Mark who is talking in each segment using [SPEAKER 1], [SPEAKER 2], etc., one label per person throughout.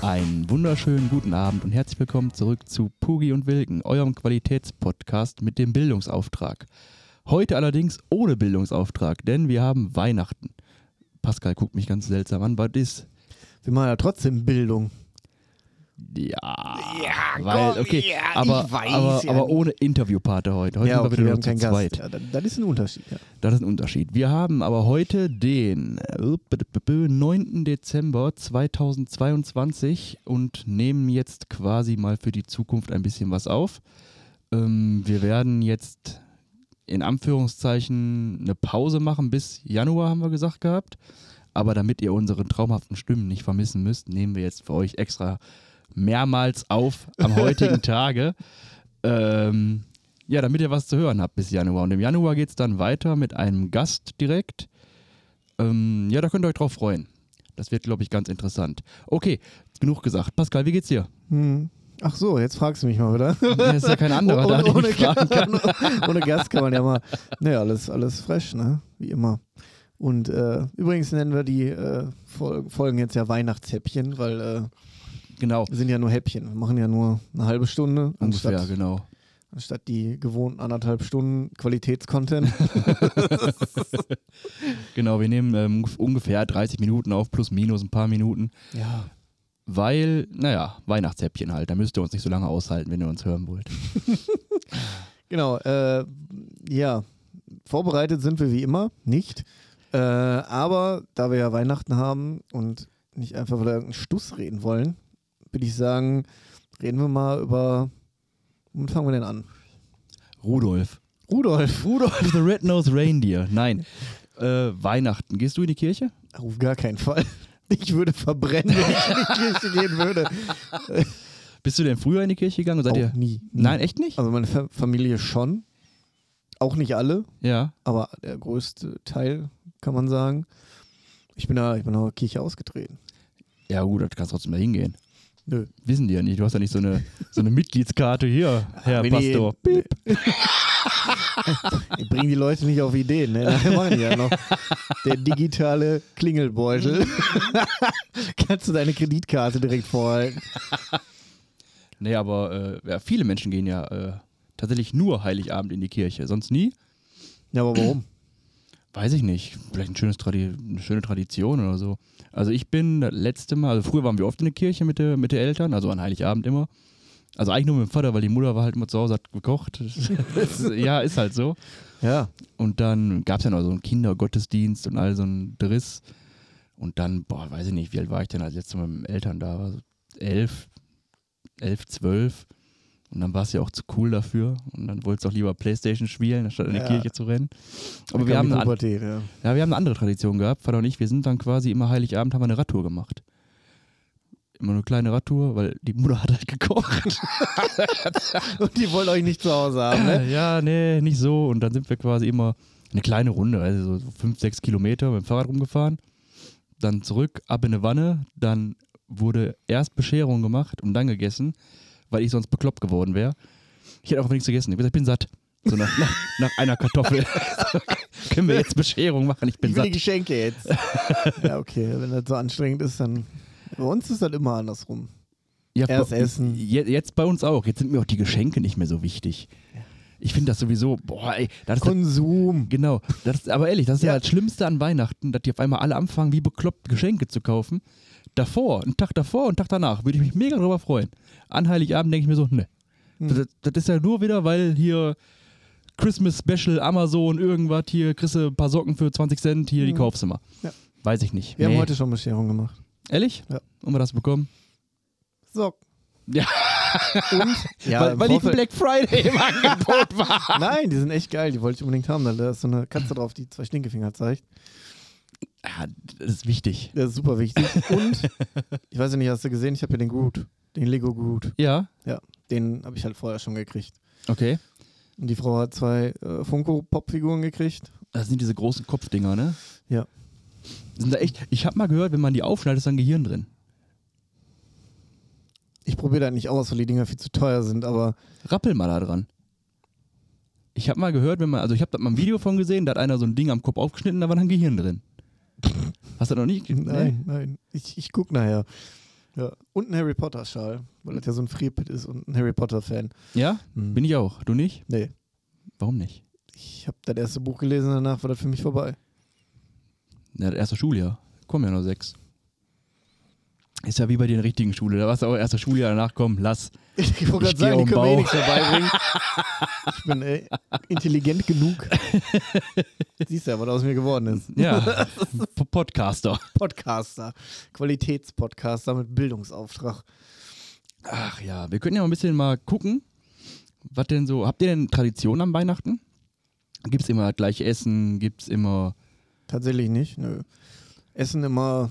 [SPEAKER 1] Einen wunderschönen guten Abend und herzlich willkommen zurück zu Pugi und Wilken, eurem Qualitätspodcast mit dem Bildungsauftrag. Heute allerdings ohne Bildungsauftrag, denn wir haben Weihnachten. Pascal guckt mich ganz seltsam an, was ist?
[SPEAKER 2] Wir machen ja trotzdem Bildung.
[SPEAKER 1] Ja,
[SPEAKER 3] Ja,
[SPEAKER 1] weil,
[SPEAKER 3] komm,
[SPEAKER 1] okay,
[SPEAKER 3] ja, ich
[SPEAKER 1] aber,
[SPEAKER 3] weiß
[SPEAKER 1] aber,
[SPEAKER 3] ja
[SPEAKER 1] aber
[SPEAKER 3] nicht.
[SPEAKER 1] ohne Interviewpartner heute. Heute
[SPEAKER 2] ja,
[SPEAKER 1] sind wir wieder nur zu
[SPEAKER 2] keinen
[SPEAKER 1] zweit.
[SPEAKER 2] Ja, das, das ist ein Unterschied. Ja.
[SPEAKER 1] Das ist ein Unterschied. Wir haben aber heute den äh, 9. Dezember 2022 und nehmen jetzt quasi mal für die Zukunft ein bisschen was auf. Ähm, wir werden jetzt in Anführungszeichen eine Pause machen bis Januar, haben wir gesagt gehabt. Aber damit ihr unsere traumhaften Stimmen nicht vermissen müsst, nehmen wir jetzt für euch extra mehrmals auf am heutigen Tage. Ähm, ja, damit ihr was zu hören habt bis Januar. Und im Januar geht es dann weiter mit einem Gast direkt. Ähm, ja, da könnt ihr euch drauf freuen. Das wird, glaube ich, ganz interessant. Okay, genug gesagt. Pascal, wie geht's dir?
[SPEAKER 2] Hm. Ach so, jetzt fragst du mich mal wieder.
[SPEAKER 1] Da ist ja kein anderer da, den
[SPEAKER 2] Oh, ohne,
[SPEAKER 1] ich fragen kann.
[SPEAKER 2] ohne, ohne Gast kann man ja mal. Naja, alles, alles fresh, ne? Wie immer. Und äh, übrigens nennen wir die äh, Fol Folgen jetzt ja Weihnachtshäppchen, weil äh,
[SPEAKER 1] Genau,
[SPEAKER 2] wir sind ja nur Häppchen. Wir machen ja nur eine halbe Stunde
[SPEAKER 1] ungefähr,
[SPEAKER 2] anstatt,
[SPEAKER 1] genau.
[SPEAKER 2] anstatt die gewohnten anderthalb Stunden Qualitätscontent.
[SPEAKER 1] Genau, wir nehmen ähm, ungefähr 30 Minuten auf, plus minus ein paar Minuten.
[SPEAKER 2] ja.
[SPEAKER 1] Weil, naja, Weihnachtshäppchen halt. Da müsst ihr uns nicht so lange aushalten, wenn ihr uns hören wollt.
[SPEAKER 2] Genau, äh, ja, vorbereitet sind wir wie immer nicht. Äh, aber da wir ja Weihnachten haben und nicht einfach über irgendeinen Stuss reden wollen, würde ich sagen, reden wir mal über. Womit fangen wir denn an?
[SPEAKER 1] Rudolf.
[SPEAKER 2] Rudolf.
[SPEAKER 1] Rudolf the Red-Nosed Reindeer. Nein. Äh, Weihnachten. Gehst du in die Kirche?
[SPEAKER 2] Auf gar keinen Fall. Ich würde verbrennen, wenn ich in die Kirche gehen würde.
[SPEAKER 1] Bist du denn früher in die Kirche gegangen? Seid
[SPEAKER 2] Auch
[SPEAKER 1] ihr?
[SPEAKER 2] nie. nie.
[SPEAKER 1] Nein, echt nicht?
[SPEAKER 2] Also meine Fa- Familie schon. Auch nicht alle.
[SPEAKER 1] Ja.
[SPEAKER 2] aber der größte Teil, kann man sagen. Ich bin da, ich bin aus der Kirche ausgetreten.
[SPEAKER 1] Ja, gut, das kannst trotzdem mal hingehen.
[SPEAKER 2] Nö.
[SPEAKER 1] Wissen die ja nicht. Du hast ja nicht so eine, so eine Mitgliedskarte hier, Herr
[SPEAKER 2] Wenn die-
[SPEAKER 1] Pastor.
[SPEAKER 2] Ich bringe die Leute nicht auf Ideen, ne? Das machen die ja noch. Der digitale Klingelbeutel. Kannst du deine Kreditkarte direkt vorhalten.
[SPEAKER 1] Nee, aber äh, ja, viele Menschen gehen ja äh, tatsächlich nur Heiligabend in die Kirche. Sonst nie?
[SPEAKER 2] Ja, aber warum?
[SPEAKER 1] Weiß ich nicht. Vielleicht ein schönes Tradi eine schöne Tradition oder so. Also ich bin das letzte Mal, also früher waren wir oft in der Kirche mit, der, mit den Eltern, also an Heiligabend immer. Also eigentlich nur mit dem Vater, weil die Mutter war halt immer zu Hause, hat gekocht. Das, ja, ist halt so.
[SPEAKER 2] Ja.
[SPEAKER 1] Und dann gab es ja noch so einen Kindergottesdienst und all so ein Driss. Und dann, boah, weiß ich nicht, wie alt war ich denn, als ich jetzt mit meinen Eltern da war? So elf, elf, zwölf. Und dann war es ja auch zu cool dafür. Und dann wolltest du auch lieber Playstation spielen, anstatt in die
[SPEAKER 2] Ja.
[SPEAKER 1] Kirche zu rennen. Aber
[SPEAKER 2] Da
[SPEAKER 1] wir
[SPEAKER 2] kam
[SPEAKER 1] haben,
[SPEAKER 2] die
[SPEAKER 1] eine, an-
[SPEAKER 2] Pubertät, ja.
[SPEAKER 1] ja, wir haben eine andere Tradition gehabt, Vater und ich. Wir sind dann quasi immer Heiligabend, haben wir eine Radtour gemacht. Immer eine kleine Radtour, weil die Mutter hat halt gekocht.
[SPEAKER 2] Und die wollen euch nicht zu Hause haben, ne?
[SPEAKER 1] Ja, nee, nicht so. Und dann sind wir quasi immer eine kleine Runde, also so fünf, sechs Kilometer mit dem Fahrrad rumgefahren. Dann zurück, ab in eine Wanne. Dann wurde erst Bescherung gemacht und dann gegessen, weil ich sonst bekloppt geworden wäre. Ich hätte auch nichts gegessen. Ich hab gesagt, ich bin satt. So nach, nach, nach einer Kartoffel. Können wir jetzt Bescherung machen? Ich bin
[SPEAKER 2] Ich will
[SPEAKER 1] satt.
[SPEAKER 2] die Geschenke jetzt. ja, okay. Wenn das so anstrengend ist, dann. Bei uns ist das immer andersrum.
[SPEAKER 1] Ja,
[SPEAKER 2] Erst
[SPEAKER 1] bei-
[SPEAKER 2] essen.
[SPEAKER 1] Je, jetzt bei uns auch. Jetzt sind mir auch die Geschenke nicht mehr so wichtig. Ich finde das sowieso, boah, ey, das ist das,
[SPEAKER 2] Konsum.
[SPEAKER 1] genau. Das ist, aber ehrlich, das ist ja.
[SPEAKER 2] Ja.
[SPEAKER 1] das Schlimmste an Weihnachten, dass die auf einmal alle anfangen, wie bekloppt Geschenke zu kaufen. Davor, einen Tag davor und einen Tag danach, würde ich mich mega drüber freuen. An Heiligabend denke ich mir so, ne.
[SPEAKER 2] Hm.
[SPEAKER 1] Das, das ist ja nur wieder, weil hier Christmas Special, Amazon, irgendwas, hier kriegst du ein paar Socken für 20 Cent, hier die
[SPEAKER 2] Mhm.
[SPEAKER 1] kaufst du mal.
[SPEAKER 2] Ja.
[SPEAKER 1] Weiß ich nicht.
[SPEAKER 2] Wir
[SPEAKER 1] Nee.
[SPEAKER 2] haben heute schon Bescherung gemacht.
[SPEAKER 1] ehrlich?
[SPEAKER 2] Ja.
[SPEAKER 1] Und wir das bekommen?
[SPEAKER 2] So.
[SPEAKER 1] Ja.
[SPEAKER 2] Und? Ja,
[SPEAKER 1] weil
[SPEAKER 2] im
[SPEAKER 1] weil die
[SPEAKER 2] Vorfeld-
[SPEAKER 1] Black Friday im Angebot war.
[SPEAKER 2] Nein, die sind echt geil. Die wollte ich unbedingt haben. Da ist so eine Katze drauf, die zwei Stinkefinger zeigt.
[SPEAKER 1] Ja, das ist wichtig.
[SPEAKER 2] Das ist super wichtig. Und ich weiß ja nicht, hast du gesehen? Ich habe ja den Groot, den Lego Groot.
[SPEAKER 1] Ja,
[SPEAKER 2] Den habe ich halt vorher schon gekriegt.
[SPEAKER 1] okay.
[SPEAKER 2] Und die Frau hat zwei äh, Funko Pop Figuren gekriegt.
[SPEAKER 1] Das sind diese großen Kopfdinger, ne?
[SPEAKER 2] Ja.
[SPEAKER 1] Sind da echt, ich habe mal gehört, wenn man die aufschneidet, ist da ein Gehirn drin.
[SPEAKER 2] Ich probiere das nicht aus, weil die Dinger viel zu teuer sind. Aber
[SPEAKER 1] Rappel mal da dran. Ich habe mal gehört, wenn man, also ich habe da mal ein Video von gesehen, da hat einer so ein Ding am Kopf aufgeschnitten, da war dann ein Gehirn drin. Hast du das noch nicht? ge-
[SPEAKER 2] nein, nein, ich, ich guck nachher. Ja. Und ein Harry Potter-Schal, weil das ja so ein Friepit ist und ein Harry Potter-Fan.
[SPEAKER 1] Ja,
[SPEAKER 2] Mhm.
[SPEAKER 1] bin ich auch. Du nicht?
[SPEAKER 2] Nee.
[SPEAKER 1] Warum nicht?
[SPEAKER 2] Ich habe das erste Buch gelesen, danach war das für mich vorbei.
[SPEAKER 1] Ja, das erste Schuljahr. Kommen ja nur sechs. Ist ja wie bei den richtigen Schule. Da warst du auch erster Schuljahr, danach komm, lass.
[SPEAKER 2] Ich wollte
[SPEAKER 1] Ich
[SPEAKER 2] gerade sagen,
[SPEAKER 1] geh
[SPEAKER 2] die können mir eh
[SPEAKER 1] um
[SPEAKER 2] nichts mehr beibringen. Ich bin äh, intelligent genug. Siehst ja, was aus mir geworden ist.
[SPEAKER 1] Ja, P- Podcaster.
[SPEAKER 2] Podcaster. Qualitätspodcaster mit Bildungsauftrag.
[SPEAKER 1] Ach ja, wir können ja mal ein bisschen mal gucken, was denn so. Habt ihr denn Tradition am Weihnachten? Gibt es immer gleich Essen? Gibt es immer.
[SPEAKER 2] Tatsächlich nicht, nö. Essen immer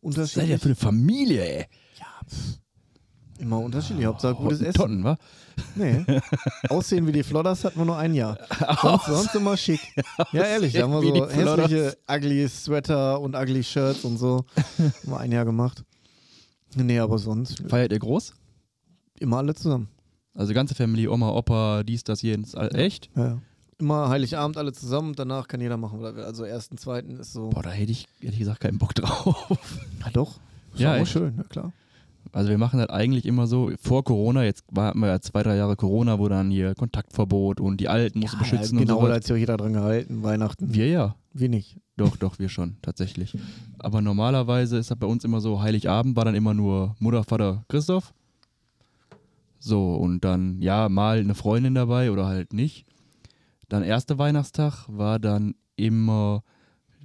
[SPEAKER 1] Seid ihr
[SPEAKER 2] unterschiedlich.
[SPEAKER 1] für eine Familie, ey?
[SPEAKER 2] Immer unterschiedlich. Hauptsache
[SPEAKER 1] Oh,
[SPEAKER 2] gutes Essen.
[SPEAKER 1] Tonnen, wa?
[SPEAKER 2] Nee. Aussehen wie die Flodders hatten wir nur ein Jahr. Sonst, sonst immer schick. Ja, ehrlich, da haben wir
[SPEAKER 1] wie
[SPEAKER 2] so
[SPEAKER 1] die Flodders.
[SPEAKER 2] hässliche ugly Sweater und ugly Shirts und so. Haben wir ein Jahr gemacht. Nee, aber sonst nö.
[SPEAKER 1] Feiert ihr groß?
[SPEAKER 2] immer alle zusammen.
[SPEAKER 1] Also ganze Family, Oma, Opa, dies, das, jenes. all- Echt?
[SPEAKER 2] Ja, ja. Immer Heiligabend alle zusammen und danach kann jeder machen, was er will. Also ersten, zweiten ist so.
[SPEAKER 1] Boah, da hätte ich ehrlich gesagt keinen Bock drauf.
[SPEAKER 2] Na doch. Ist
[SPEAKER 1] Ja,
[SPEAKER 2] auch
[SPEAKER 1] echt.
[SPEAKER 2] schön, na klar.
[SPEAKER 1] Also wir machen das eigentlich immer so, vor Corona, jetzt hatten wir ja zwei, drei Jahre Corona, wo dann hier Kontaktverbot und die Alten musst du beschützen
[SPEAKER 2] genau,
[SPEAKER 1] und so.
[SPEAKER 2] da hat sich auch jeder dran gehalten. Weihnachten.
[SPEAKER 1] Wir ja.
[SPEAKER 2] Wir nicht.
[SPEAKER 1] Doch, doch, wir schon, tatsächlich. Aber normalerweise ist das bei uns immer so, Heiligabend war dann immer nur Mutter, Vater, Christoph. So, und dann, ja, mal eine Freundin dabei oder halt nicht. Dann erster Weihnachtstag war dann immer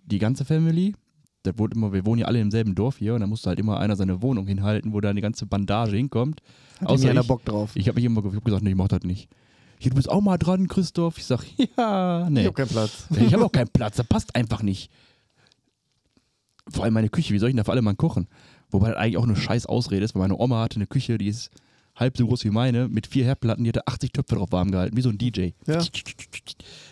[SPEAKER 1] die ganze Family. Das wurde immer, wir wohnen ja alle im selben Dorf hier und da musste halt immer einer seine Wohnung hinhalten, wo dann die ganze Bandage hinkommt.
[SPEAKER 2] Hat
[SPEAKER 1] Außer
[SPEAKER 2] Außer einer
[SPEAKER 1] ich.
[SPEAKER 2] Bock drauf.
[SPEAKER 1] Ich habe mich immer ge- ich hab gesagt, nee, ich mach das nicht. Hier, du bist auch mal dran, Christoph. Ich sag, ja, nee.
[SPEAKER 2] Ich hab keinen Platz.
[SPEAKER 1] Ich habe auch keinen Platz, das passt einfach nicht. Vor allem meine Küche, wie soll ich denn da für alle Mann kochen? Wobei das eigentlich auch eine scheiß Ausrede ist, weil meine Oma hatte eine Küche, die ist halb so groß wie meine, mit vier Herdplatten, die hatte 80 Töpfe drauf warm gehalten, wie so ein DJ.
[SPEAKER 2] Ja.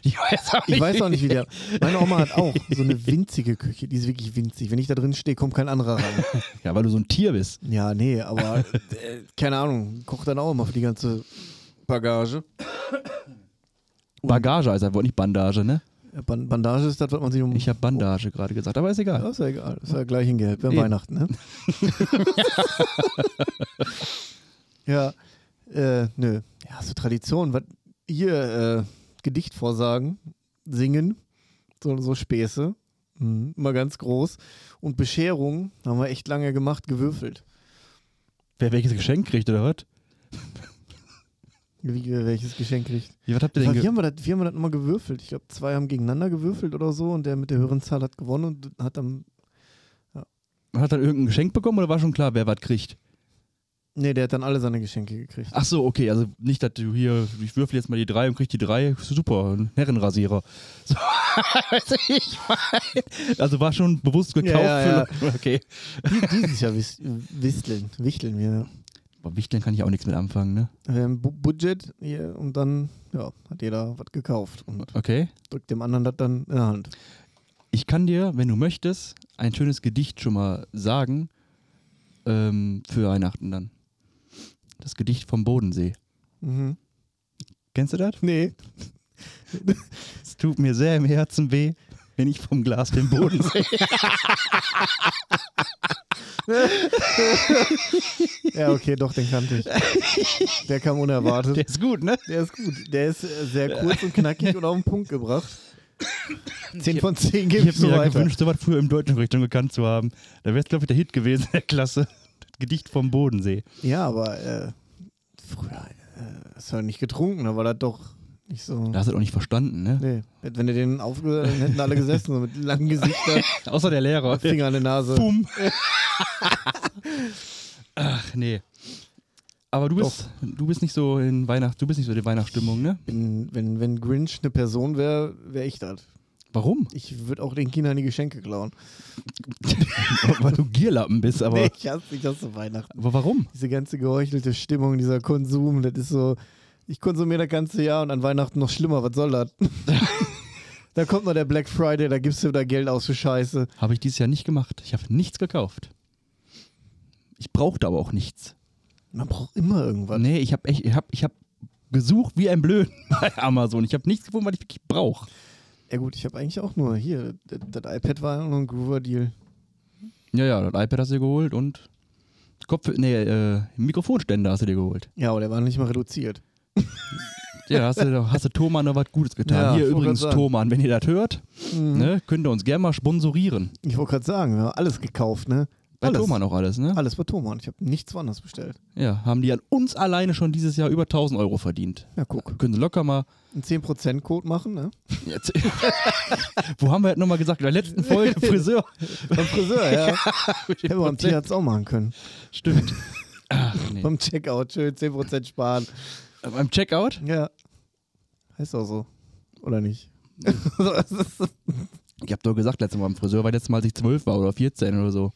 [SPEAKER 1] Ich weiß auch nicht,
[SPEAKER 2] Ich weiß auch nicht, wie der. Meine Oma hat auch so eine winzige Küche. Die ist wirklich winzig. Wenn ich da drin stehe, kommt kein anderer rein.
[SPEAKER 1] Ja, weil du so ein Tier bist.
[SPEAKER 2] Ja, nee, aber äh, keine Ahnung. Kocht dann auch immer für die ganze Bagage.
[SPEAKER 1] Bagage heißt einfach nicht Bandage, ne?
[SPEAKER 2] Ja, Ban- Bandage ist das, was man sich um.
[SPEAKER 1] Ich habe Bandage gerade gesagt, aber ist
[SPEAKER 2] Ja,
[SPEAKER 1] egal.
[SPEAKER 2] ist ja egal. Ist ja gleich in Gelb. Wir haben
[SPEAKER 1] Eben.
[SPEAKER 2] Weihnachten, ne? ja, äh, nö. Ja, so Tradition. Was hier äh, Gedicht vorsagen, singen, so, so Späße. Mhm. Immer ganz groß. Und Bescherung haben wir echt lange gemacht, gewürfelt.
[SPEAKER 1] Wer welches Geschenk kriegt oder was?
[SPEAKER 2] Wie, wer welches Geschenk kriegt.
[SPEAKER 1] Wie, was habt ihr
[SPEAKER 2] Wie
[SPEAKER 1] denn ge-
[SPEAKER 2] haben wir das, wie haben wir das nochmal gewürfelt? Ich glaube, zwei haben gegeneinander gewürfelt oder so und der mit der höheren Zahl hat gewonnen und hat dann.
[SPEAKER 1] Hat er irgendein Geschenk bekommen oder war schon klar, wer was kriegt?
[SPEAKER 2] Nee, der hat dann alle seine Geschenke gekriegt.
[SPEAKER 1] Ach so, okay, also nicht, dass du hier, ich würfel jetzt mal die drei und krieg die drei, super, ein Herrenrasierer. So, weiß ich mein. Also war schon bewusst gekauft.
[SPEAKER 2] Ja, ja,
[SPEAKER 1] für- Okay.
[SPEAKER 2] Dieses Jahr wis wisteln, wichteln wir.
[SPEAKER 1] Aber Wichteln kann ich auch nichts mit anfangen, ne?
[SPEAKER 2] Wir haben Bu Budget hier und dann ja, hat jeder was gekauft und
[SPEAKER 1] Okay.
[SPEAKER 2] drückt dem anderen das dann in der Hand.
[SPEAKER 1] Ich kann dir, wenn du möchtest, ein schönes Gedicht schon mal sagen ähm, für Weihnachten dann. Das Gedicht vom Bodensee.
[SPEAKER 2] Mhm.
[SPEAKER 1] Kennst du das?
[SPEAKER 2] Nee,
[SPEAKER 1] Es tut mir sehr im Herzen weh, wenn ich vom Glas den Boden sehe.
[SPEAKER 2] ja, okay, doch, den kannte ich. Der kam unerwartet.
[SPEAKER 1] Der ist gut, ne?
[SPEAKER 2] Der ist gut. Der ist äh, sehr kurz und knackig und auf den Punkt gebracht. 10 von 10
[SPEAKER 1] Ich
[SPEAKER 2] gebe ich
[SPEAKER 1] hätte mir
[SPEAKER 2] so
[SPEAKER 1] ja
[SPEAKER 2] weiter.
[SPEAKER 1] gewünscht, sowas früher im deutschen Richtung gekannt zu haben. Da wäre es, glaube ich, der Hit gewesen der Klasse. Das Gedicht vom Bodensee.
[SPEAKER 2] Ja, aber äh, früher äh, ist er nicht getrunken, aber das doch nicht so.
[SPEAKER 1] Da hast du das auch nicht verstanden, ne?
[SPEAKER 2] Nee. Wenn du den aufgehört hättest, hätten alle gesessen, so mit langen Gesichtern,
[SPEAKER 1] Außer der Lehrer.
[SPEAKER 2] Finger an der Nase.
[SPEAKER 1] Bumm. Ach, nee. Aber du bist, du bist nicht so in Weihnacht, du bist nicht so die Weihnachtsstimmung, ne?
[SPEAKER 2] Wenn, wenn, wenn Grinch eine Person wäre, wäre ich das.
[SPEAKER 1] Warum?
[SPEAKER 2] Ich würde auch den Kindern die Geschenke klauen.
[SPEAKER 1] Weil du Gierlappen bist, aber.
[SPEAKER 2] nee, ich hasse, ich hasse Weihnachten.
[SPEAKER 1] Aber warum?
[SPEAKER 2] Diese ganze geheuchelte Stimmung, dieser Konsum, das ist so, ich konsumiere das ganze Jahr und an Weihnachten noch schlimmer, was soll das? da kommt noch der Black Friday, da gibst du wieder Geld aus für Scheiße.
[SPEAKER 1] Habe ich dieses Jahr nicht gemacht. Ich habe nichts gekauft. Ich brauchte aber auch nichts.
[SPEAKER 2] Man braucht immer irgendwas.
[SPEAKER 1] Nee, ich habe echt, ich habe, ich habe gesucht wie ein Blöd bei Amazon. Ich habe nichts gefunden, was ich wirklich brauche.
[SPEAKER 2] Ja gut, ich habe eigentlich auch nur hier, das, das iPad war ja nur ein Groover-Deal.
[SPEAKER 1] Ja, ja, das iPad hast du dir geholt und Kopf, nee, äh, Mikrofonständer hast du dir geholt.
[SPEAKER 2] Ja, aber der war nicht mal reduziert.
[SPEAKER 1] Ja, hast du, hast du Thoman noch was Gutes getan.
[SPEAKER 2] Ja,
[SPEAKER 1] Hier
[SPEAKER 2] ich wollt
[SPEAKER 1] übrigens,
[SPEAKER 2] grad sagen.
[SPEAKER 1] Thoman, wenn ihr das hört, ne, könnt ihr uns gerne mal sponsorieren.
[SPEAKER 2] Ich wollte gerade sagen, wir haben alles gekauft, ne?
[SPEAKER 1] Bei
[SPEAKER 2] alles.
[SPEAKER 1] Thoman auch alles, ne?
[SPEAKER 2] Alles bei Thomann. Ich habe nichts anderes bestellt.
[SPEAKER 1] Ja, haben die an uns alleine schon dieses Jahr über 1000 Euro verdient.
[SPEAKER 2] Ja, guck.
[SPEAKER 1] Können sie locker mal.
[SPEAKER 2] Einen 10%-Code machen, ne?
[SPEAKER 1] Jetzt, wo haben wir das nochmal gesagt? In der letzten Folge Friseur.
[SPEAKER 2] Beim Friseur, ja. ja beim
[SPEAKER 1] Prozent.
[SPEAKER 2] Tierarzt auch machen können.
[SPEAKER 1] Stimmt. Ach, nee.
[SPEAKER 2] Beim Checkout schön 10% sparen.
[SPEAKER 1] Beim Checkout?
[SPEAKER 2] Ja. Heißt auch so. Oder nicht?
[SPEAKER 1] Ich habe doch gesagt, letztes Mal beim Friseur, weil letztes Mal, als ich 12 war oder 14 oder so.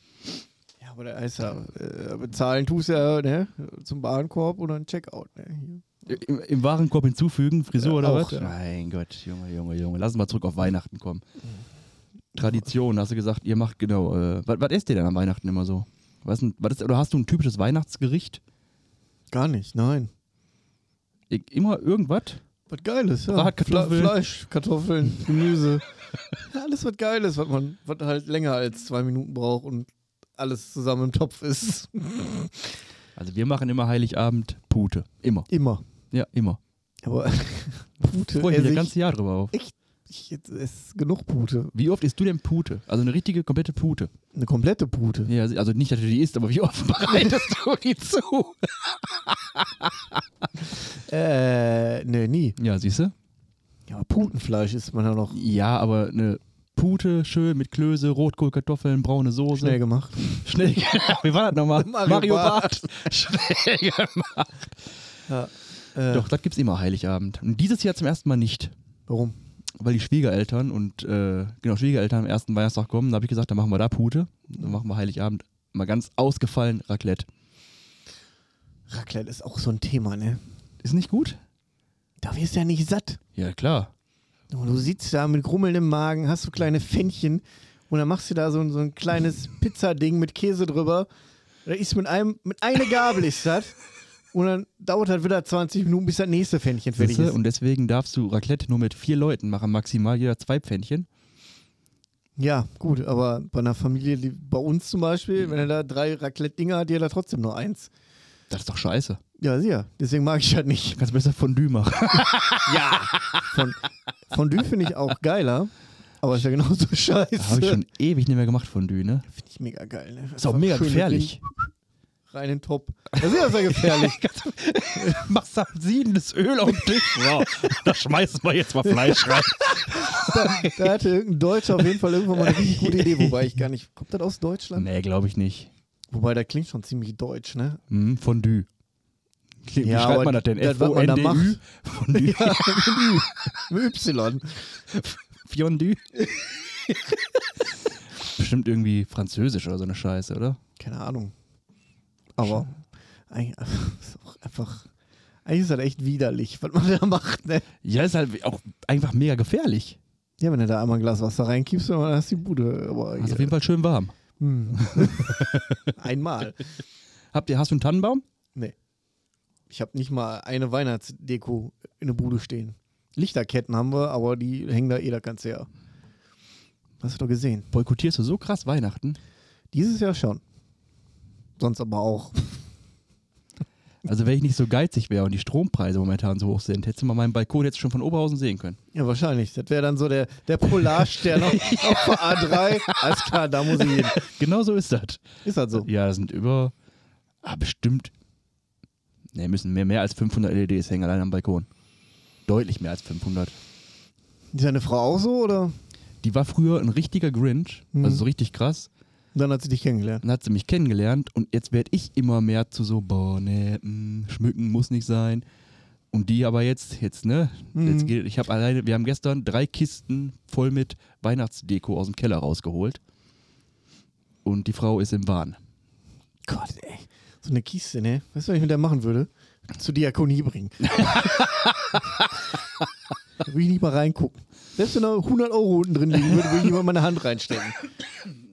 [SPEAKER 2] ja, aber der heißt ja, äh, bezahlen tust ja, ne? Zum Warenkorb oder ein Checkout, ne? Hier.
[SPEAKER 1] Im, im Warenkorb hinzufügen, Frisur oder
[SPEAKER 2] Ja, auch,
[SPEAKER 1] was?
[SPEAKER 2] ja.
[SPEAKER 1] Mein Gott, Junge, Junge, Junge. Lass uns mal zurück auf Weihnachten kommen. Tradition, hast du gesagt, ihr macht genau. Äh, was, was esst ihr denn an Weihnachten immer so? Was, denn- was ist, oder hast du ein typisches Weihnachtsgericht?
[SPEAKER 2] Gar nicht, nein.
[SPEAKER 1] I- Immer irgendwas?
[SPEAKER 2] Was Geiles, ja.
[SPEAKER 1] Bratkartoffeln.
[SPEAKER 2] Fle Fleisch, Kartoffeln, Gemüse. ja, alles was Geiles, was man was halt länger als zwei Minuten braucht und alles zusammen im Topf ist.
[SPEAKER 1] Also wir machen immer Heiligabend Pute. Immer.
[SPEAKER 2] Immer.
[SPEAKER 1] Ja, immer.
[SPEAKER 2] Aber Pute
[SPEAKER 1] Freue ich mich das
[SPEAKER 2] esse
[SPEAKER 1] ganze Jahr drüber auf.
[SPEAKER 2] ich, ich esse genug Pute.
[SPEAKER 1] Wie oft isst du denn Pute? Also eine richtige, komplette Pute.
[SPEAKER 2] Eine komplette Pute.
[SPEAKER 1] Ja, also nicht, dass du die isst, aber wie oft bereitest du die zu?
[SPEAKER 2] Äh, nee, nie.
[SPEAKER 1] Ja, siehst du?
[SPEAKER 2] Ja, aber Putenfleisch isst man ja noch
[SPEAKER 1] Ja, aber eine Pute, schön mit Klöße, Rotkohl, Kartoffeln, braune Soße.
[SPEAKER 2] schnell gemacht.
[SPEAKER 1] Schnell. Wie war das nochmal?
[SPEAKER 2] Mario
[SPEAKER 1] Barth. Schnell gemacht.
[SPEAKER 2] Ja. Äh,
[SPEAKER 1] Doch, das gibt's immer Heiligabend. Und dieses Jahr zum ersten Mal nicht.
[SPEAKER 2] Warum?
[SPEAKER 1] Weil die Schwiegereltern und äh, genau Schwiegereltern am ersten Weihnachtstag kommen, da habe ich gesagt, dann machen wir da Pute, dann machen wir Heiligabend mal ganz ausgefallen Raclette.
[SPEAKER 2] Raclette ist auch so ein Thema, ne?
[SPEAKER 1] Ist nicht gut?
[SPEAKER 2] Da wirst du ja nicht satt.
[SPEAKER 1] Ja, klar.
[SPEAKER 2] Und du sitzt da mit grummelndem Magen, hast so kleine Fännchen und dann machst du da so, ein- so ein kleines Pizzading mit Käse drüber. Da ist mit einem, mit einer Gabel ist das. Und dann dauert halt wieder 20 Minuten, bis das nächste Fännchen fertig
[SPEAKER 1] Siehste?
[SPEAKER 2] ist.
[SPEAKER 1] Und deswegen darfst du Raclette nur mit vier Leuten machen, maximal jeder zwei Pfännchen.
[SPEAKER 2] Ja, gut, aber bei einer Familie, die, bei uns zum Beispiel, wenn er da drei Raclette-Dinger hat, die hat er trotzdem nur eins.
[SPEAKER 1] Das ist doch scheiße.
[SPEAKER 2] Ja, sicher. Deswegen mag ich halt nicht.
[SPEAKER 1] Du kannst besser Fondue machen.
[SPEAKER 2] Von, Fondue finde ich auch geiler, aber ist ja genauso scheiße.
[SPEAKER 1] habe ich schon ewig nicht mehr gemacht, Fondue, ne?
[SPEAKER 2] Finde ich mega geil. Ne?
[SPEAKER 1] Ist auch mega
[SPEAKER 2] Schön mit
[SPEAKER 1] gefährlich.
[SPEAKER 2] Wind Rein in den Top. Das ist ja sehr gefährlich.
[SPEAKER 1] Machst da siedendes Öl auf den Tisch. Wow, da schmeißen wir jetzt mal Fleisch rein.
[SPEAKER 2] da, da hatte irgendein Deutscher auf jeden Fall irgendwann mal eine richtig gute Idee, wobei ich gar nicht. Kommt das aus Deutschland?
[SPEAKER 1] Nee, glaube ich nicht.
[SPEAKER 2] Wobei, da klingt schon ziemlich deutsch, ne?
[SPEAKER 1] Hm, Fondue. Wie
[SPEAKER 2] Ja,
[SPEAKER 1] schreibt
[SPEAKER 2] aber
[SPEAKER 1] man das denn?
[SPEAKER 2] das, was man da
[SPEAKER 1] F-O-N-D-Ü? Fondue.
[SPEAKER 2] Ja, mit Y.
[SPEAKER 1] Fondue. Bestimmt irgendwie französisch oder so eine Scheiße, oder?
[SPEAKER 2] Keine Ahnung. Aber eigentlich ist auch einfach. Eigentlich ist das echt widerlich, was man da macht, ne?
[SPEAKER 1] Ja, ist halt auch einfach mega gefährlich.
[SPEAKER 2] Ja, wenn du da einmal ein Glas Wasser reinkippst, dann hast du die Bude. Aber
[SPEAKER 1] Ist auf jeden Fall schön warm.
[SPEAKER 2] Hm. Einmal.
[SPEAKER 1] Habt ihr, hast du einen Tannenbaum?
[SPEAKER 2] Ich habe nicht mal eine Weihnachtsdeko in der Bude stehen. Lichterketten haben wir, aber die hängen da eh das ganze Jahr. Hast du doch gesehen.
[SPEAKER 1] Boykottierst du so krass Weihnachten?
[SPEAKER 2] Dieses Jahr schon. Sonst aber auch.
[SPEAKER 1] Also wenn ich nicht so geizig wäre und die Strompreise momentan so hoch sind, hättest du mal meinen Balkon jetzt schon von Oberhausen sehen können.
[SPEAKER 2] Ja, wahrscheinlich. Das wäre dann so der, der Polarstern auf, auf der A3. Alles klar, da muss ich hin.
[SPEAKER 1] Genau so ist das.
[SPEAKER 2] Ist halt so.
[SPEAKER 1] Ja, das sind über, ah, bestimmt, ne, müssen mehr, mehr als 500 LEDs hängen allein am Balkon. Deutlich mehr als 500.
[SPEAKER 2] Ist deine Frau auch so oder?
[SPEAKER 1] Die war früher ein richtiger Grinch,
[SPEAKER 2] Mhm.
[SPEAKER 1] also so richtig krass.
[SPEAKER 2] Dann hat sie dich kennengelernt.
[SPEAKER 1] Dann hat sie mich kennengelernt und jetzt werde ich immer mehr zu so, boah, ne, mm, schmücken muss nicht sein. Und die aber jetzt, jetzt, ne,
[SPEAKER 2] Mhm.
[SPEAKER 1] jetzt geht, ich habe alleine, wir haben gestern drei Kisten voll mit Weihnachtsdeko aus dem Keller rausgeholt. Und die Frau ist im Wahn.
[SPEAKER 2] Gott, ey. So eine Kiste, ne? Weißt du, was ich mit der machen würde? Zur Diakonie bringen. würde ich nicht mal reingucken. Selbst wenn da 100 Euro unten drin liegen würde, würde ich jemand meine Hand reinstecken.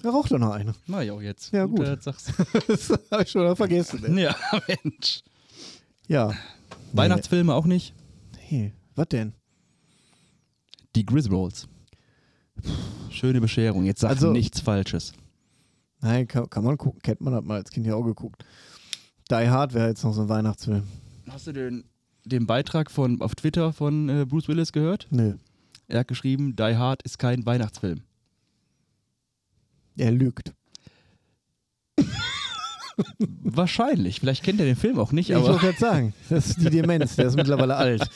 [SPEAKER 2] Da raucht doch noch eine.
[SPEAKER 1] Na ja, auch jetzt.
[SPEAKER 2] Ja, gut.
[SPEAKER 1] äh, sagst
[SPEAKER 2] Das habe ich schon mal vergessen.
[SPEAKER 1] du.
[SPEAKER 2] Ey.
[SPEAKER 1] ja, Mensch.
[SPEAKER 2] Ja.
[SPEAKER 1] Weihnachtsfilme auch nicht?
[SPEAKER 2] Hey, was denn?
[SPEAKER 1] Die Griswolds. Schöne Bescherung. Jetzt sag
[SPEAKER 2] Also-
[SPEAKER 1] nichts Falsches.
[SPEAKER 2] Nein, kann, kann man gucken. Kennt man, hat man als Kind ja auch geguckt. Die Hard wäre jetzt noch so ein Weihnachtsfilm.
[SPEAKER 1] Hast du den, den Beitrag von, auf Twitter von äh, Bruce Willis gehört?
[SPEAKER 2] Nö.
[SPEAKER 1] Er hat geschrieben, Die Hard ist kein Weihnachtsfilm.
[SPEAKER 2] Er lügt.
[SPEAKER 1] Wahrscheinlich. Vielleicht kennt er den Film auch nicht,
[SPEAKER 2] ich wollte
[SPEAKER 1] aber.
[SPEAKER 2] gerade sagen, das ist die Demenz, der ist mittlerweile alt.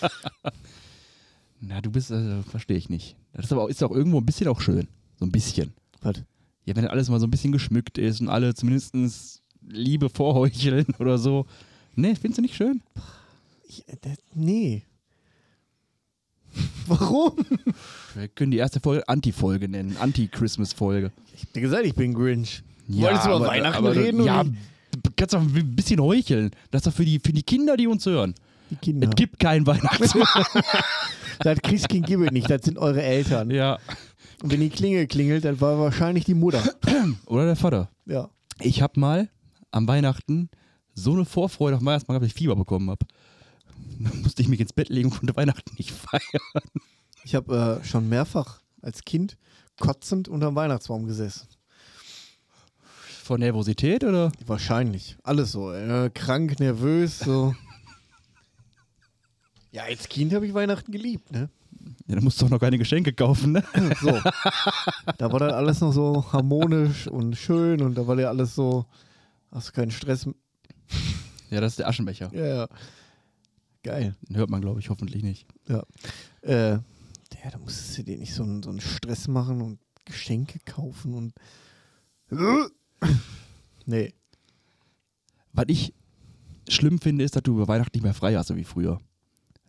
[SPEAKER 1] Na, du bist, also, verstehe ich nicht. Das ist aber auch, ist auch irgendwo ein bisschen auch schön. So ein bisschen.
[SPEAKER 2] Was?
[SPEAKER 1] Ja, wenn alles mal so ein bisschen geschmückt ist und alle zumindest Liebe vorheucheln oder so. Nee, findest du nicht schön?
[SPEAKER 2] Ich, äh, das, nee. Warum?
[SPEAKER 1] Wir können die erste Folge Anti-Folge nennen. Anti-Christmas-Folge.
[SPEAKER 2] Ich hab dir gesagt, ich bin Grinch.
[SPEAKER 1] Ja,
[SPEAKER 2] Wolltest du über
[SPEAKER 1] aber-
[SPEAKER 2] Weihnachten
[SPEAKER 1] aber-
[SPEAKER 2] reden?
[SPEAKER 1] Ja,
[SPEAKER 2] oder?
[SPEAKER 1] kannst doch ein bisschen heucheln. Das ist doch für die, für die Kinder, die uns hören.
[SPEAKER 2] die Kinder.
[SPEAKER 1] Es gibt keinen Weihnachtsmann.
[SPEAKER 2] Das Christkind gibt es nicht, das sind eure Eltern.
[SPEAKER 1] ja.
[SPEAKER 2] Und wenn die Klingel klingelt, dann war wahrscheinlich die Mutter.
[SPEAKER 1] Oder der Vater.
[SPEAKER 2] Ja.
[SPEAKER 1] Ich habe mal am Weihnachten so eine Vorfreude auf den Weihnachtsmann gehabt, dass ich Fieber bekommen habe. Dann musste ich mich ins Bett legen und konnte Weihnachten nicht feiern.
[SPEAKER 2] Ich habe äh, schon mehrfach als Kind kotzend unterm Weihnachtsbaum gesessen.
[SPEAKER 1] Vor Nervosität oder?
[SPEAKER 2] Wahrscheinlich. Alles so. Äh, krank, nervös, so. ja, als Kind habe ich Weihnachten geliebt, ne?
[SPEAKER 1] Ja, da musst du doch noch keine Geschenke kaufen, ne?
[SPEAKER 2] So. da war dann alles noch so harmonisch und schön und da war ja alles so. Hast du keinen Stress? m-
[SPEAKER 1] Ja, das ist der Aschenbecher.
[SPEAKER 2] Ja, ja. Geil.
[SPEAKER 1] Den hört man, glaube ich, hoffentlich nicht.
[SPEAKER 2] Äh, ja, da musstest du dir nicht so einen, so einen Stress machen und Geschenke kaufen und. nee.
[SPEAKER 1] Was ich schlimm finde, ist, dass du über Weihnachten nicht mehr frei hast, so wie früher.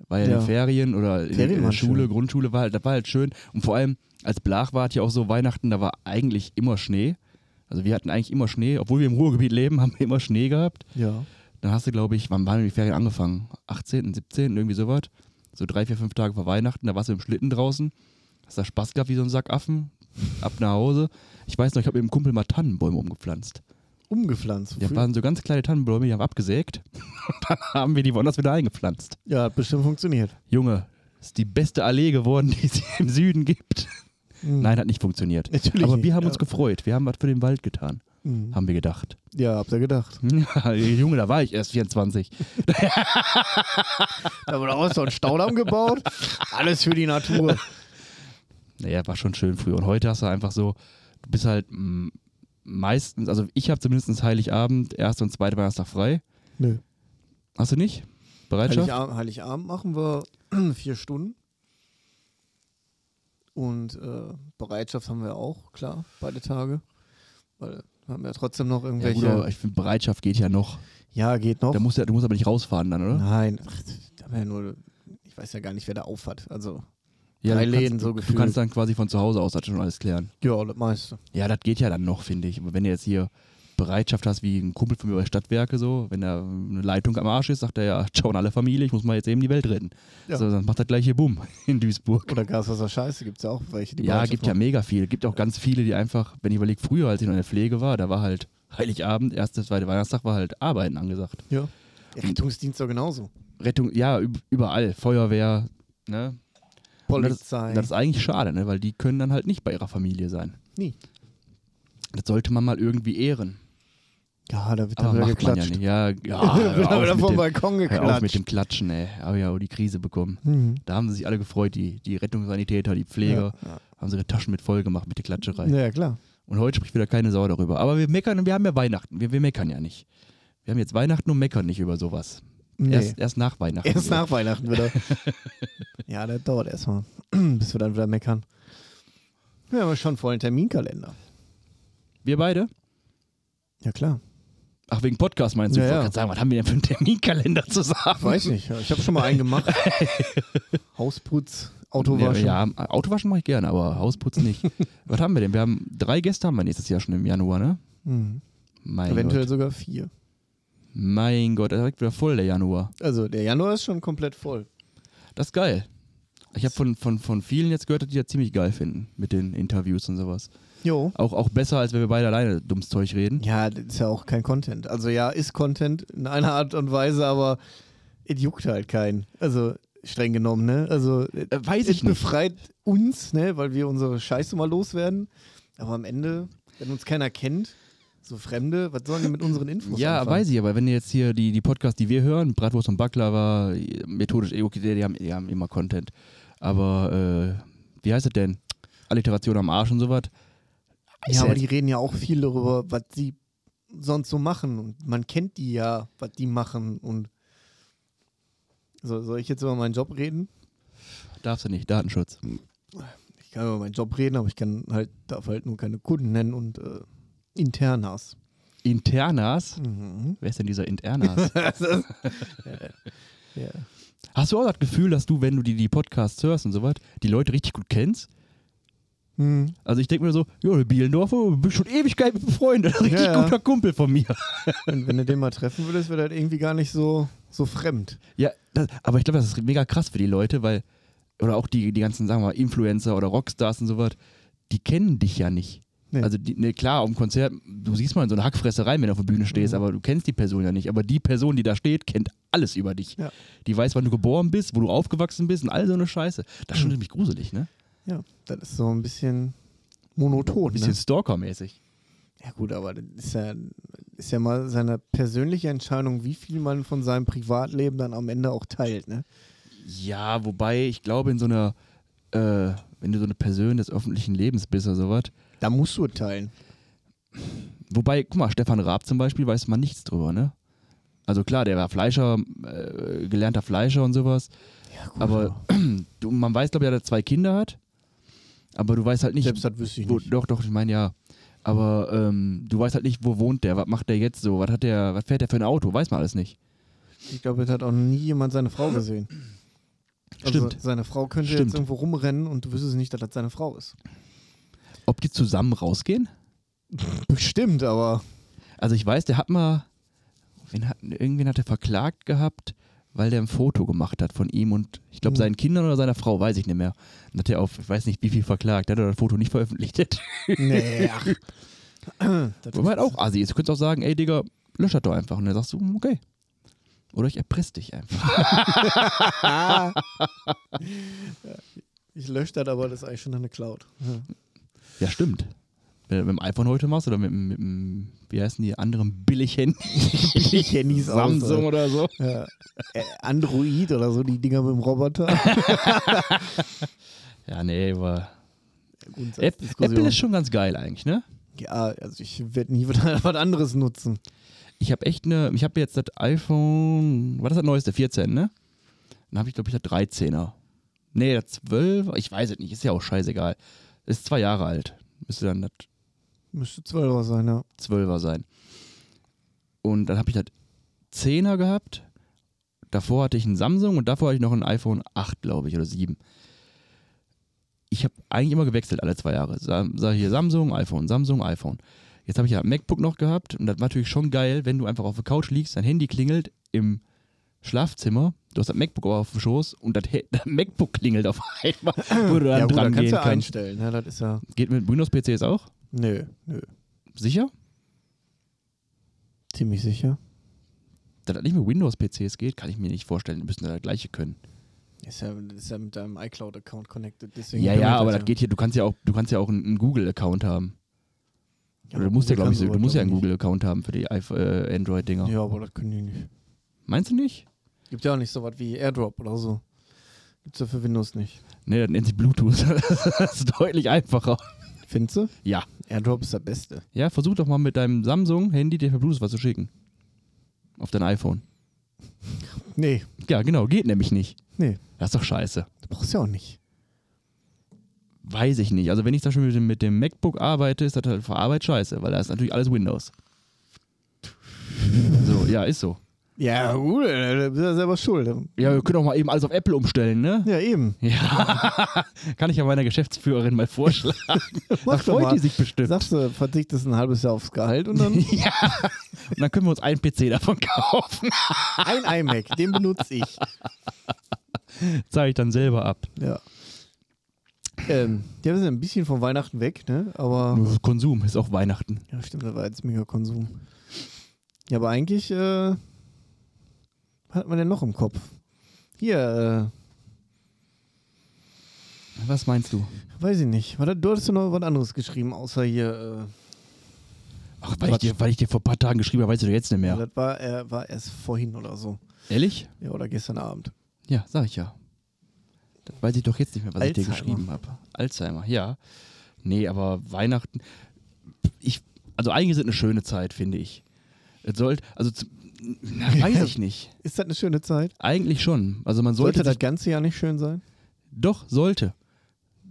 [SPEAKER 1] Weil in
[SPEAKER 2] Ja.
[SPEAKER 1] den Ferien oder in,
[SPEAKER 2] Ferien
[SPEAKER 1] in der
[SPEAKER 2] waren
[SPEAKER 1] Schule,
[SPEAKER 2] schön.
[SPEAKER 1] Grundschule war halt, das war halt schön. Und vor allem als Blach war es ja auch so Weihnachten, da war eigentlich immer Schnee. Also wir hatten eigentlich immer Schnee, obwohl wir im Ruhrgebiet leben, haben wir immer Schnee gehabt.
[SPEAKER 2] Ja.
[SPEAKER 1] Dann hast du, glaube ich, wann waren die Ferien angefangen? 18., 17., irgendwie sowas. So drei, vier, fünf Tage vor Weihnachten, da warst du im Schlitten draußen. Hast da Spaß gehabt wie so ein Sack Affen. Ab nach Hause. Ich weiß noch, ich habe mit dem Kumpel mal Tannenbäume umgepflanzt.
[SPEAKER 2] Umgepflanzt.
[SPEAKER 1] Ja, waren so ganz kleine Tannenbäume, die haben wir abgesägt. Und dann haben wir die woanders wieder eingepflanzt.
[SPEAKER 2] ja hat bestimmt funktioniert.
[SPEAKER 1] Junge, ist die beste Allee geworden, die es im Süden gibt.
[SPEAKER 2] Mhm.
[SPEAKER 1] Nein, hat nicht funktioniert.
[SPEAKER 2] Natürlich
[SPEAKER 1] Aber
[SPEAKER 2] nicht,
[SPEAKER 1] wir haben
[SPEAKER 2] ja.
[SPEAKER 1] uns gefreut. Wir haben was für den Wald getan,
[SPEAKER 2] Mhm.
[SPEAKER 1] haben wir gedacht.
[SPEAKER 2] Ja, habt ihr gedacht.
[SPEAKER 1] Ja, Junge, da war ich erst 24.
[SPEAKER 2] Da wurde auch so ein Staudamm gebaut. Alles für die Natur.
[SPEAKER 1] Naja, war schon schön früher. Und heute hast du einfach so, du bist halt mm, meistens, also ich habe zumindest Heiligabend, erste und zweite Weihnachtstag frei.
[SPEAKER 2] Nö.
[SPEAKER 1] Hast du nicht? Bereitschaft?
[SPEAKER 2] Heiligabend, Heiligabend machen wir vier Stunden. Und äh, Bereitschaft haben wir auch, klar, beide Tage. Weil wir haben ja trotzdem noch
[SPEAKER 1] Ja,
[SPEAKER 2] irgendwelche.
[SPEAKER 1] gut, aber ich finde, Bereitschaft geht ja noch.
[SPEAKER 2] ja geht noch.
[SPEAKER 1] Da musst du, ja- du musst aber nicht rausfahren dann, oder?
[SPEAKER 2] Nein, ach, da haben wir ja nur, ich weiß ja gar nicht, wer da aufhat. Also,
[SPEAKER 1] Ja,
[SPEAKER 2] drei
[SPEAKER 1] du kannst-
[SPEAKER 2] Läden so
[SPEAKER 1] Du
[SPEAKER 2] gefühlt.
[SPEAKER 1] kannst dann quasi von zu Hause aus das schon alles klären.
[SPEAKER 2] ja, das meiste.
[SPEAKER 1] Ja, das geht ja dann noch, finde ich. Aber wenn du jetzt hier Bereitschaft hast, wie ein Kumpel von mir bei Stadtwerke, so, wenn da eine Leitung am Arsch ist, sagt er ja, ciao an alle Familie, ich muss mal jetzt eben die Welt retten.
[SPEAKER 2] Ja.
[SPEAKER 1] So, dann macht das gleiche Boom in Duisburg.
[SPEAKER 2] Oder Gaswasser Scheiße gibt es ja auch welche. Die
[SPEAKER 1] ja,
[SPEAKER 2] Bereitschaft
[SPEAKER 1] gibt ja
[SPEAKER 2] machen.
[SPEAKER 1] mega viel. Gibt auch ganz viele, die einfach, wenn ich überlege, früher, als ich noch in der Pflege war, da war halt Heiligabend, erste, zweite Weihnachtstag war halt Arbeiten angesagt.
[SPEAKER 2] Ja. Der Rettungsdienst ja genauso.
[SPEAKER 1] Rettung, ja, üb- überall, Feuerwehr, ne? Und
[SPEAKER 2] Polizei.
[SPEAKER 1] Das, das ist eigentlich schade, ne? weil die können dann halt nicht bei ihrer Familie sein.
[SPEAKER 2] Nie.
[SPEAKER 1] Das sollte man mal irgendwie ehren.
[SPEAKER 2] ja, da wird dann
[SPEAKER 1] Aber
[SPEAKER 2] wieder
[SPEAKER 1] macht man ja
[SPEAKER 2] geklatscht.
[SPEAKER 1] nicht. Ja, ja
[SPEAKER 2] wird dann
[SPEAKER 1] hör,
[SPEAKER 2] wieder
[SPEAKER 1] auf
[SPEAKER 2] vom
[SPEAKER 1] mit dem,
[SPEAKER 2] Balkon
[SPEAKER 1] hör auf mit
[SPEAKER 2] geklatscht.
[SPEAKER 1] dem Klatschen, ey. Habe ja auch die Krise bekommen.
[SPEAKER 2] Mhm.
[SPEAKER 1] Da haben sie sich alle gefreut, die, die Rettungssanitäter, die Pfleger.
[SPEAKER 2] Ja,
[SPEAKER 1] Haben sie ihre Taschen mit voll gemacht mit der Klatscherei.
[SPEAKER 2] ja. ja, klar.
[SPEAKER 1] Und heute spricht wieder keine Sau darüber. Aber wir meckern, wir haben ja Weihnachten. Wir, wir meckern ja nicht. Wir haben jetzt Weihnachten und meckern nicht über sowas.
[SPEAKER 2] Nee.
[SPEAKER 1] Erst, erst nach Weihnachten.
[SPEAKER 2] Erst nach Weihnachten wieder. ja, das dauert erstmal, bis wir dann wieder meckern. Wir haben ja schon voll einen Terminkalender.
[SPEAKER 1] Wir beide?
[SPEAKER 2] Ja, klar.
[SPEAKER 1] Ach, wegen Podcast meinst du?
[SPEAKER 2] Ja,
[SPEAKER 1] ich wollte
[SPEAKER 2] ja.
[SPEAKER 1] gerade sagen, was haben wir denn für einen Terminkalender zusammen?
[SPEAKER 2] Weiß nicht. ja, Ich habe schon mal einen gemacht. Hausputz, Autowaschen.
[SPEAKER 1] Ja, ja, Autowaschen mache ich gerne, aber Hausputz nicht. Was haben wir denn? Wir haben drei Gäste haben wir nächstes Jahr schon im Januar, ne?
[SPEAKER 2] Mhm.
[SPEAKER 1] Mein
[SPEAKER 2] Eventuell
[SPEAKER 1] Gott.
[SPEAKER 2] sogar vier.
[SPEAKER 1] Mein Gott, da ist direkt wieder voll der Januar.
[SPEAKER 2] Also der Januar ist schon komplett voll.
[SPEAKER 1] Das ist geil. Ich habe von, von, von vielen jetzt gehört, dass die das ziemlich geil finden mit den Interviews und sowas.
[SPEAKER 2] Jo.
[SPEAKER 1] Auch, auch besser, als wenn wir beide alleine dummes Zeug reden.
[SPEAKER 2] Ja, das ist ja auch kein Content. Also ja, ist Content in einer Art und Weise, aber es juckt halt keinen. Also streng genommen, ne? Also äh,
[SPEAKER 1] Äh, weiß
[SPEAKER 2] es
[SPEAKER 1] ich nicht.
[SPEAKER 2] befreit uns, ne, weil wir unsere Scheiße mal loswerden. Aber am Ende, wenn uns keiner kennt, So Fremde, was sollen die mit unseren Infos
[SPEAKER 1] Ja,
[SPEAKER 2] anfangen?
[SPEAKER 1] weiß ich, aber wenn ihr jetzt hier die, die Podcasts, die wir hören, Bratwurst und Baklava, methodisch, eh, okay, die, die, haben, die haben immer Content. Aber äh, wie heißt es denn? Alliteration am Arsch und sowas.
[SPEAKER 2] Ja, aber die reden ja auch viel darüber, was sie sonst so machen. Und man kennt die ja, was die machen. Und so, soll ich jetzt über meinen Job reden?
[SPEAKER 1] darfst du nicht, Datenschutz.
[SPEAKER 2] Ich kann über meinen Job reden, aber ich kann halt, darf halt nur keine Kunden nennen und äh, Internas.
[SPEAKER 1] Internas?
[SPEAKER 2] Mhm.
[SPEAKER 1] Wer ist denn dieser Internas?
[SPEAKER 2] Das ist, äh, ja.
[SPEAKER 1] Hast du auch das Gefühl, dass du, wenn du die, die Podcasts hörst und so was, die Leute richtig gut kennst?
[SPEAKER 2] Hm.
[SPEAKER 1] Also ich denke mir so, ja, der Bielendorfer, du bist schon Ewigkeit befreundet, ein richtig
[SPEAKER 2] Ja, ja.
[SPEAKER 1] guter Kumpel von mir.
[SPEAKER 2] Und wenn du den mal treffen würdest, wäre das irgendwie gar nicht so, so fremd.
[SPEAKER 1] Ja, das, aber ich glaube, das ist mega krass für die Leute, weil, oder auch die, die ganzen, sagen wir mal, Influencer oder Rockstars und sowas, die kennen dich ja nicht.
[SPEAKER 2] Nee.
[SPEAKER 1] Also die, nee, klar, auf dem Konzert, du siehst mal in so eine Hackfresse rein, wenn du auf der Bühne stehst,
[SPEAKER 2] Mhm.
[SPEAKER 1] aber du kennst die Person ja nicht. Aber die Person, die da steht, kennt alles über dich.
[SPEAKER 2] Ja.
[SPEAKER 1] Die weiß, wann du geboren bist, wo du aufgewachsen bist und all so eine Scheiße. Das ist
[SPEAKER 2] Mhm.
[SPEAKER 1] schon ziemlich gruselig, ne?
[SPEAKER 2] Ja, das ist so ein bisschen monoton.
[SPEAKER 1] Ein bisschen
[SPEAKER 2] ne?
[SPEAKER 1] Stalker-mäßig.
[SPEAKER 2] Ja gut, aber das ist ja, ist ja mal seine persönliche Entscheidung, wie viel man von seinem Privatleben dann am Ende auch teilt, ne?
[SPEAKER 1] Ja, wobei, ich glaube, in so einer, äh, wenn du so eine Person des öffentlichen Lebens bist oder sowas,
[SPEAKER 2] Da musst du teilen.
[SPEAKER 1] Wobei, guck mal, Stefan Raab zum Beispiel weiß man nichts drüber, ne? Also klar, der war Fleischer, äh, gelernter Fleischer und sowas.
[SPEAKER 2] Ja gut,
[SPEAKER 1] Aber du, man weiß, glaube ich, dass er zwei Kinder hat. Aber du weißt halt nicht.
[SPEAKER 2] selbst das wüsste ich
[SPEAKER 1] wo,
[SPEAKER 2] nicht.
[SPEAKER 1] doch, doch, ich meine ja. Aber ähm, du weißt halt nicht, wo wohnt der, was macht der jetzt so, was hat der, was fährt der für ein Auto, weiß man alles nicht.
[SPEAKER 2] Ich glaube, das hat auch nie jemand seine Frau gesehen.
[SPEAKER 1] Stimmt.
[SPEAKER 2] Also seine Frau könnte
[SPEAKER 1] Stimmt.
[SPEAKER 2] jetzt irgendwo rumrennen und du wüsstest nicht, dass das seine Frau ist.
[SPEAKER 1] Ob die zusammen rausgehen?
[SPEAKER 2] Bestimmt, aber
[SPEAKER 1] Also ich weiß, der hat mal, wen hat, irgendwen hat er verklagt gehabt, weil der ein Foto gemacht hat von ihm und ich glaube
[SPEAKER 2] Mhm.
[SPEAKER 1] seinen Kindern oder seiner Frau, weiß ich nicht mehr. Und hat er auf, ich weiß nicht wie viel verklagt, hat er das Foto nicht veröffentlicht. Der
[SPEAKER 2] nee, ach. Das
[SPEAKER 1] Wobei halt auch Assi ist. Du könntest auch sagen, ey Digga, lösch das doch einfach. Und dann sagst du, hm, okay. Oder ich erpresse dich einfach.
[SPEAKER 2] Ah. Ich lösche das, aber das ist eigentlich schon eine Cloud. Ja.
[SPEAKER 1] Ja, stimmt. Wenn du mit dem iPhone heute machst oder mit, dem- mit dem, wie heißen die anderen, Billig-Handy,
[SPEAKER 2] Handys aus,
[SPEAKER 1] Samsung
[SPEAKER 2] Alter.
[SPEAKER 1] oder so.
[SPEAKER 2] Ja. Äh, Android oder so, die Dinger mit dem Roboter.
[SPEAKER 1] Ja, nee, aber App,
[SPEAKER 2] Grundsatzdiskussion.
[SPEAKER 1] Apple ist schon ganz geil eigentlich, ne?
[SPEAKER 2] Ja, also ich werde nie wieder was anderes nutzen.
[SPEAKER 1] Ich habe echt eine, ich habe jetzt das iPhone, war das das neueste, 14, ne? Dann habe ich, glaube ich, das 13er. Nee, das 12, ich weiß es nicht, ist ja auch scheißegal. Ist zwei Jahre alt, müsste dann das
[SPEAKER 2] Müsste 12er sein, ja.
[SPEAKER 1] 12er sein. Und dann habe ich das 10er gehabt. Davor hatte ich ein Samsung und davor hatte ich noch ein iPhone 8, glaube ich, oder 7. Ich habe eigentlich immer gewechselt alle zwei Jahre. Sa- Sag hier Samsung, iPhone, Samsung, iPhone. Jetzt habe ich ja ein MacBook noch gehabt und das war natürlich schon geil, wenn du einfach auf der Couch liegst, dein Handy klingelt im Schlafzimmer, du hast das MacBook auf dem Schoß und das, He- das MacBook klingelt auf einmal, wo du dann
[SPEAKER 2] ja, gut,
[SPEAKER 1] dran gehen
[SPEAKER 2] da kannst du ja
[SPEAKER 1] kannst.
[SPEAKER 2] einstellen. Ja, das ist ja.
[SPEAKER 1] Geht mit Windows-PCs auch?
[SPEAKER 2] Nö, nö.
[SPEAKER 1] Sicher?
[SPEAKER 2] Ziemlich sicher.
[SPEAKER 1] Da das nicht mit Windows-PCs geht, kann ich mir nicht vorstellen. Die müssen da das gleiche können.
[SPEAKER 2] Ist ja, ist ja mit deinem iCloud-Account connected. Deswegen
[SPEAKER 1] Ja, ja,
[SPEAKER 2] klingelt
[SPEAKER 1] aber
[SPEAKER 2] ja.
[SPEAKER 1] das geht hier. Du kannst ja auch, du kannst ja auch einen, einen Google-Account haben.
[SPEAKER 2] Ja,
[SPEAKER 1] Oder du musst ja,
[SPEAKER 2] Google
[SPEAKER 1] glaube ich,
[SPEAKER 2] kann
[SPEAKER 1] so- du
[SPEAKER 2] sowas,
[SPEAKER 1] musst ja einen
[SPEAKER 2] glaub ich,
[SPEAKER 1] Google-Account haben für die iPh- äh, Android-Dinger.
[SPEAKER 2] nicht. Ja, aber das können die nicht.
[SPEAKER 1] Meinst du nicht?
[SPEAKER 2] Gibt ja auch nicht so was wie Airdrop oder so. Gibt's ja für Windows nicht.
[SPEAKER 1] Nee, dann nennt sie Bluetooth. das ist deutlich einfacher.
[SPEAKER 2] Findest du?
[SPEAKER 1] Ja.
[SPEAKER 2] Airdrop ist der Beste.
[SPEAKER 1] Ja, versuch doch mal mit deinem Samsung-Handy dir per Bluetooth was zu schicken. Auf dein iPhone.
[SPEAKER 2] Nee,
[SPEAKER 1] Ja, genau, geht nämlich nicht.
[SPEAKER 2] nee.
[SPEAKER 1] Das ist doch scheiße.
[SPEAKER 2] Das brauchst du ja auch nicht.
[SPEAKER 1] Weiß ich nicht. Also wenn ich zum Beispiel mit dem, mit dem MacBook arbeite, ist das halt für Arbeit scheiße, weil da ist natürlich alles Windows. So, ja, ist so.
[SPEAKER 2] Ja, gut, äh, da bist du ja selber schuld.
[SPEAKER 1] Ja, wir können auch mal eben alles auf Apple umstellen, ne?
[SPEAKER 2] Ja, eben.
[SPEAKER 1] Ja, kann ich ja meiner Geschäftsführerin mal vorschlagen. Da
[SPEAKER 2] Mach doch
[SPEAKER 1] freut
[SPEAKER 2] mal.
[SPEAKER 1] die sich bestimmt.
[SPEAKER 2] Sagst du, verzichtest ein halbes Jahr aufs Gehalt und dann
[SPEAKER 1] ja. Und dann können wir uns einen PC davon kaufen.
[SPEAKER 2] ein iMac, den benutze ich.
[SPEAKER 1] Zeige ich dann selber ab.
[SPEAKER 2] Ja. Ähm, ja, wir sind ein bisschen von Weihnachten weg, ne? Aber
[SPEAKER 1] Konsum ist auch Weihnachten.
[SPEAKER 2] ja, stimmt, das war jetzt mega Konsum. Ja, aber eigentlich, äh, was hat man denn noch im Kopf? Hier,
[SPEAKER 1] Was meinst du?
[SPEAKER 2] äh, weiß ich nicht. War das, du hattest ja noch was anderes geschrieben, außer hier,
[SPEAKER 1] Ach, weil, ich
[SPEAKER 2] Quatsch.
[SPEAKER 1] dir, weil ich dir vor ein paar Tagen geschrieben habe, weißt du doch jetzt nicht mehr.
[SPEAKER 2] Das war, äh, war erst vorhin oder so.
[SPEAKER 1] Ehrlich?
[SPEAKER 2] Ja, oder gestern Abend.
[SPEAKER 1] Ja, sag ich ja. Das weiß ich doch jetzt nicht mehr, was ich dir
[SPEAKER 2] Alzheimer.
[SPEAKER 1] geschrieben habe. Alzheimer, ja. Nee, aber Weihnachten. Ich, also eigentlich ist es eine schöne Zeit, finde ich. Es sollte, also zu- na, weiß ich nicht.
[SPEAKER 2] Ist das eine schöne Zeit?
[SPEAKER 1] Eigentlich schon. Also man
[SPEAKER 2] Sollte,
[SPEAKER 1] sollte,
[SPEAKER 2] das
[SPEAKER 1] sich,
[SPEAKER 2] ganze Jahr nicht schön sein?
[SPEAKER 1] doch sollte.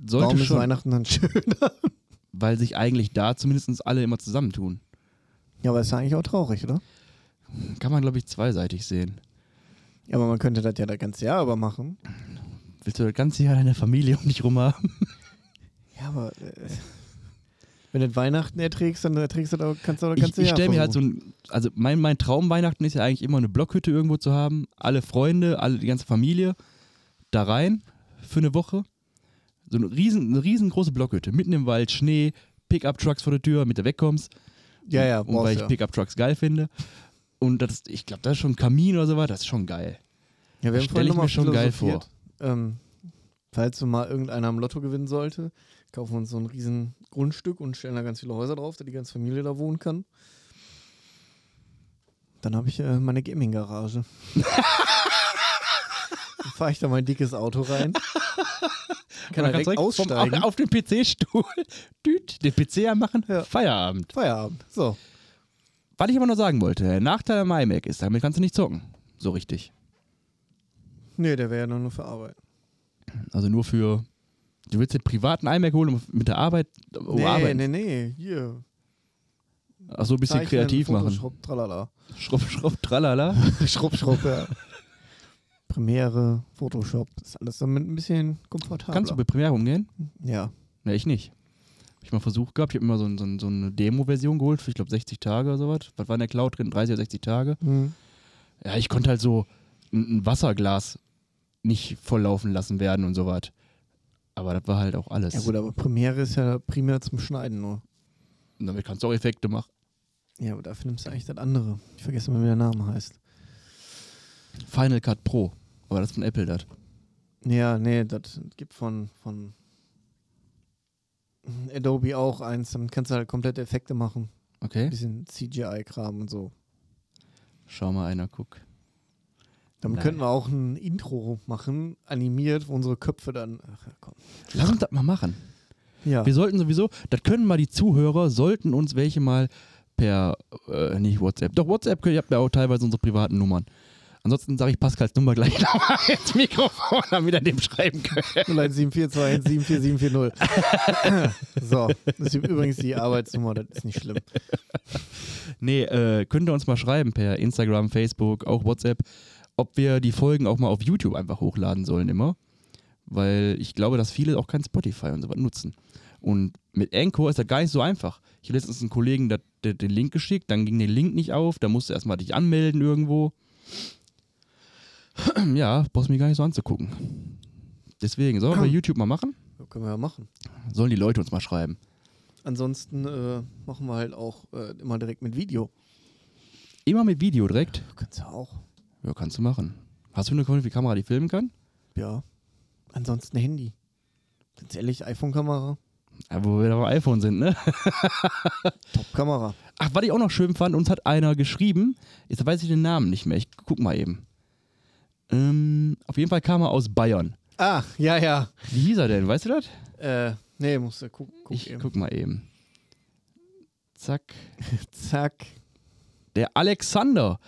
[SPEAKER 1] Sollte
[SPEAKER 2] Warum ist
[SPEAKER 1] schon,
[SPEAKER 2] Weihnachten dann schön?
[SPEAKER 1] weil sich eigentlich da zumindest alle immer zusammentun.
[SPEAKER 2] ja, aber ist ja eigentlich auch traurig, oder?
[SPEAKER 1] Kann man glaube ich zweiseitig sehen.
[SPEAKER 2] Ja, aber man könnte das ja das ganze Jahr über machen.
[SPEAKER 1] Willst du das ganze Jahr deine Familie um dich rum haben?
[SPEAKER 2] Ja, aber äh, wenn du Weihnachten erträgst, dann erträgst du das, kannst du das
[SPEAKER 1] Ich,
[SPEAKER 2] ganze
[SPEAKER 1] ich
[SPEAKER 2] Jahr
[SPEAKER 1] stelle mir halt so
[SPEAKER 2] versuchen.
[SPEAKER 1] ein, also mein, mein Traum Weihnachten ist ja eigentlich immer eine Blockhütte irgendwo zu haben, alle Freunde, alle die ganze Familie da rein für eine Woche. So eine, riesen, eine riesengroße Blockhütte, mitten im Wald, Schnee, Pickup-Trucks vor der Tür, damit du wegkommst.
[SPEAKER 2] Ja, ja,
[SPEAKER 1] Und um, weil
[SPEAKER 2] brauchst
[SPEAKER 1] ich
[SPEAKER 2] ja.
[SPEAKER 1] Pickup-Trucks geil finde. Und das, ich glaube, das ist schon ein Kamin oder so was, das ist schon geil.
[SPEAKER 2] Ja, wir
[SPEAKER 1] Das
[SPEAKER 2] haben
[SPEAKER 1] stell
[SPEAKER 2] vorhin
[SPEAKER 1] ich mir
[SPEAKER 2] nochmal
[SPEAKER 1] schon geil
[SPEAKER 2] philosophiert. Ähm, falls so mal irgendeiner am Lotto gewinnen sollte, kaufen wir uns so ein riesen Grundstück und stellen da ganz viele Häuser drauf, dass die ganze Familie da wohnen kann. Dann habe ich äh, meine Gaming-Garage. Dann fahre ich da mein dickes Auto rein. Kann
[SPEAKER 1] Man
[SPEAKER 2] er direkt
[SPEAKER 1] direkt vom-
[SPEAKER 2] aussteigen.
[SPEAKER 1] auf dem PC-Stuhl, düt, den PC anmachen,
[SPEAKER 2] Ja.
[SPEAKER 1] Feierabend.
[SPEAKER 2] Feierabend. So.
[SPEAKER 1] Was ich aber noch sagen wollte, der Nachteil am iMac ist, damit kannst du nicht zocken. So richtig.
[SPEAKER 2] Nee, der wäre ja nur für Arbeit.
[SPEAKER 1] Also nur für. Du willst den privaten iMac holen um mit der Arbeit. Um
[SPEAKER 2] nee,
[SPEAKER 1] Arbeit.
[SPEAKER 2] nee, nee. Hier.
[SPEAKER 1] Ach so, ein bisschen
[SPEAKER 2] Zeichnen,
[SPEAKER 1] kreativ machen.
[SPEAKER 2] Photoshop, Tralala.
[SPEAKER 1] Schrupp, schrupp, tralala.
[SPEAKER 2] Schrupp, schrupp, ja. Premiere, Photoshop, ist alles damit ein bisschen komfortabler.
[SPEAKER 1] Kannst du mit Premiere umgehen?
[SPEAKER 2] Ja.
[SPEAKER 1] Ne, ich nicht. Hab ich mal versucht gehabt. Ich habe immer so, ein- so, ein- so eine Demo-Version geholt für, ich glaube, 60 Tage oder sowas. Was war in der Cloud drin? 30 oder 60 Tage.
[SPEAKER 2] Hm.
[SPEAKER 1] Ja, ich konnte halt so ein, ein Wasserglas nicht volllaufen lassen werden und sowas. Aber das war halt auch alles.
[SPEAKER 2] Ja gut, aber Premiere ist ja primär zum Schneiden nur.
[SPEAKER 1] Und damit kannst du auch Effekte machen.
[SPEAKER 2] Ja, aber dafür nimmst du eigentlich das andere. Ich vergesse mal, wie der Name heißt.
[SPEAKER 1] Final Cut Pro. Aber das ist von Apple das.
[SPEAKER 2] Ja, nee, das gibt von, von Adobe auch eins. Damit kannst du halt komplett Effekte machen. Ein
[SPEAKER 1] Okay.
[SPEAKER 2] bisschen CGI-Kram und so.
[SPEAKER 1] Schau mal einer, guck.
[SPEAKER 2] Damit
[SPEAKER 1] Nein.
[SPEAKER 2] könnten wir auch ein Intro machen, animiert, wo unsere Köpfe dann. Ach ja, komm.
[SPEAKER 1] Lass uns das mal machen.
[SPEAKER 2] Ja.
[SPEAKER 1] Wir sollten sowieso, das können mal die Zuhörer, sollten uns welche mal per, äh, nicht WhatsApp, doch WhatsApp, ihr habt ja auch teilweise unsere privaten Nummern. Ansonsten sage ich Pascals Nummer gleich nochmal ins Mikrofon, damit er dem schreiben kann.
[SPEAKER 2] 01742174740. so, das ist übrigens die Arbeitsnummer, das ist nicht schlimm.
[SPEAKER 1] Nee, äh, könnt ihr uns mal schreiben per Instagram, Facebook, auch WhatsApp, ob wir die Folgen auch mal auf YouTube einfach hochladen sollen immer. Weil ich glaube, dass viele auch kein Spotify und sowas nutzen. Und mit Anchor ist das gar nicht so einfach. Ich habe letztens einen Kollegen dat, der, den Link geschickt, dann ging der Link nicht auf, da musst du erstmal dich anmelden irgendwo. ja, brauchst mich gar nicht so anzugucken. Deswegen, sollen wir bei YouTube mal machen?
[SPEAKER 2] Ja, können wir ja machen.
[SPEAKER 1] Sollen die Leute uns mal schreiben?
[SPEAKER 2] Ansonsten äh, machen wir halt auch äh, immer direkt mit Video.
[SPEAKER 1] Immer mit Video direkt?
[SPEAKER 2] Du kannst ja auch.
[SPEAKER 1] Ja, kannst du machen. Hast du eine vernünftige Kamera, die filmen kann?
[SPEAKER 2] Ja. Ansonsten Handy. Ganz ehrlich, iPhone-Kamera,
[SPEAKER 1] Ja, wo wir da beim iPhone sind, ne?
[SPEAKER 2] Top-Kamera.
[SPEAKER 1] Ach, was ich auch noch schön fand, uns hat einer geschrieben, jetzt weiß ich den Namen nicht mehr, ich guck mal eben. Ähm, auf jeden Fall kam er aus Bayern.
[SPEAKER 2] Ah, ja, ja.
[SPEAKER 1] Wie hieß er denn, weißt du das?
[SPEAKER 2] Äh, nee, musst du gucken. Guck
[SPEAKER 1] ich
[SPEAKER 2] eben.
[SPEAKER 1] guck mal eben. Zack.
[SPEAKER 2] Zack.
[SPEAKER 1] Der Alexander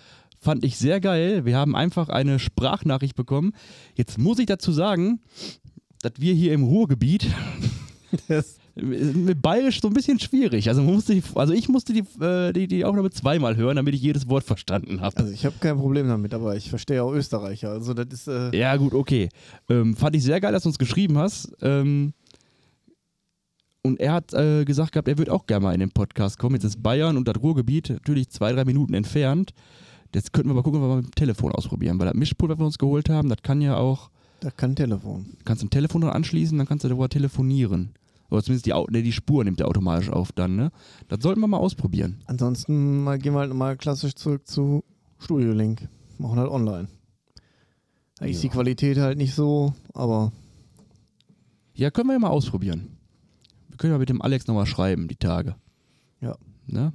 [SPEAKER 1] fand ich sehr geil. Wir haben einfach eine Sprachnachricht bekommen. Jetzt muss ich dazu sagen, dass wir hier im Ruhrgebiet
[SPEAKER 2] Das,
[SPEAKER 1] mit Bayerisch so ein bisschen schwierig. Also, man musste die, also ich musste die, äh, die, die Aufnahme zweimal hören, damit ich jedes Wort verstanden habe.
[SPEAKER 2] also ich habe kein Problem damit, aber ich verstehe auch Österreicher. Also das ist, äh,
[SPEAKER 1] Ja, gut, okay. Ähm, fand ich sehr geil, dass du uns geschrieben hast. Ähm, und er hat äh, gesagt gehabt, er wird auch gerne mal in den Podcast kommen. Jetzt ist Bayern und das Ruhrgebiet natürlich zwei, drei Minuten entfernt. Jetzt könnten wir mal gucken, ob wir mal mit dem Telefon ausprobieren, weil das Mischpult, was wir uns geholt haben, das kann ja auch,
[SPEAKER 2] da kann Telefon.
[SPEAKER 1] kannst du im Telefon dran anschließen, dann kannst du darüber telefonieren. Oder zumindest die, Au- ne, die Spur nimmt er automatisch auf dann, ne? Das sollten wir mal ausprobieren.
[SPEAKER 2] Ansonsten mal, gehen wir halt mal klassisch zurück zu Studio Link. Machen halt online. Da ist die
[SPEAKER 1] Ja.
[SPEAKER 2] Qualität halt nicht so, aber
[SPEAKER 1] Ja, können wir ja mal ausprobieren. Wir können ja mit dem Alex nochmal schreiben, die Tage.
[SPEAKER 2] Ja.
[SPEAKER 1] Ne?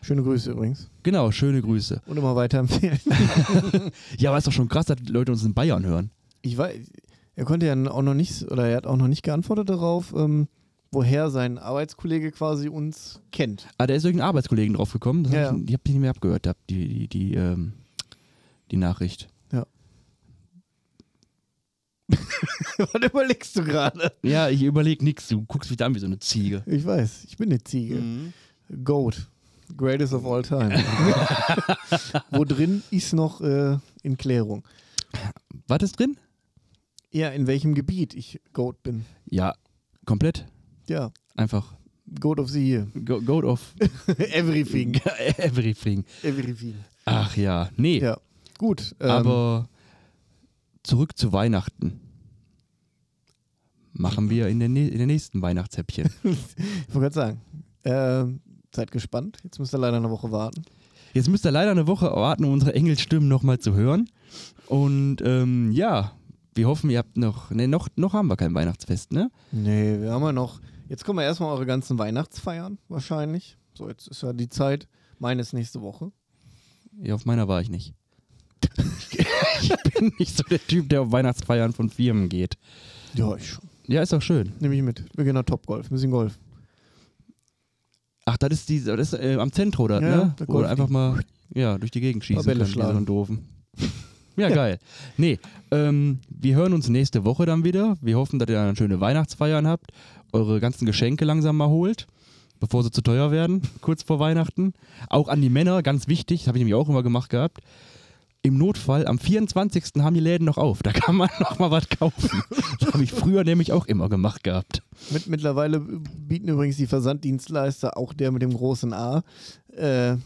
[SPEAKER 2] Schöne Grüße übrigens.
[SPEAKER 1] Genau, schöne Grüße.
[SPEAKER 2] Und immer weiterempfehlen.
[SPEAKER 1] Ja, aber ist doch schon krass, dass die Leute uns in Bayern hören.
[SPEAKER 2] Ich weiß, er konnte ja auch noch nicht, oder er hat auch noch nicht geantwortet darauf, ähm, woher sein Arbeitskollege quasi uns kennt.
[SPEAKER 1] Ah, da ist irgendein Arbeitskollegen drauf gekommen. Das
[SPEAKER 2] Ja,
[SPEAKER 1] hab ich, die hab ich nicht mehr abgehört, hab die, die, die, ähm, die Nachricht.
[SPEAKER 2] Was überlegst du gerade?
[SPEAKER 1] Ja, ich überlege nichts. Du guckst mich da an wie so eine Ziege.
[SPEAKER 2] Ich weiß, ich bin eine Ziege. Goat. Greatest of all time. Wo drin ist noch äh, in Klärung.
[SPEAKER 1] Was ist drin?
[SPEAKER 2] Ja, in welchem Gebiet ich Goat bin.
[SPEAKER 1] Ja, komplett.
[SPEAKER 2] Ja,
[SPEAKER 1] Einfach
[SPEAKER 2] Goat of the Year.
[SPEAKER 1] go, Goat of
[SPEAKER 2] Everything.
[SPEAKER 1] everything.
[SPEAKER 2] Everything.
[SPEAKER 1] Ach ja, nee.
[SPEAKER 2] Ja, gut. Ähm,
[SPEAKER 1] Aber zurück zu Weihnachten. Machen wir in, der nä- in den nächsten Weihnachtshäppchen.
[SPEAKER 2] ich wollte gerade sagen, ähm, seid gespannt. Jetzt müsst ihr leider eine Woche warten.
[SPEAKER 1] Jetzt müsst ihr leider eine Woche warten, um unsere Engelstimmen nochmal zu hören. Und ähm, ja, wir hoffen, ihr habt noch. Ne, noch, noch haben wir kein Weihnachtsfest, ne?
[SPEAKER 2] Nee, wir haben ja noch. Jetzt kommen wir erstmal eure ganzen Weihnachtsfeiern wahrscheinlich. So, jetzt ist ja die Zeit. Meine ist nächste Woche.
[SPEAKER 1] Ja, auf meiner war ich nicht. ich bin nicht so der Typ, der auf Weihnachtsfeiern von Firmen geht.
[SPEAKER 2] Ja, ich schon.
[SPEAKER 1] Ja, ist doch schön.
[SPEAKER 2] Nehme ich mit. Wir gehen nach Topgolf. Ein bisschen Golf.
[SPEAKER 1] Ach, das ist, die, das ist äh, am Zentrum, oder?
[SPEAKER 2] Ja,
[SPEAKER 1] ne?
[SPEAKER 2] da
[SPEAKER 1] Wo du
[SPEAKER 2] kommt
[SPEAKER 1] einfach
[SPEAKER 2] die.
[SPEAKER 1] mal ja, durch die Gegend schießen
[SPEAKER 2] Bälle
[SPEAKER 1] kannst, wie so
[SPEAKER 2] schlagen.
[SPEAKER 1] einen doofen. Ja, geil. Nee, ähm, wir hören uns nächste Woche dann wieder. Wir hoffen, dass ihr dann schöne Weihnachtsfeiern habt, eure ganzen Geschenke langsam mal holt, bevor sie zu teuer werden, kurz vor Weihnachten. Auch an die Männer, ganz wichtig, das habe ich nämlich auch immer gemacht gehabt. Im Notfall, am 24. haben die Läden noch auf. Da kann man noch mal was kaufen. Das habe ich früher nämlich auch immer gemacht gehabt.
[SPEAKER 2] Mit, mittlerweile bieten übrigens die Versanddienstleister, auch der mit dem großen A, äh,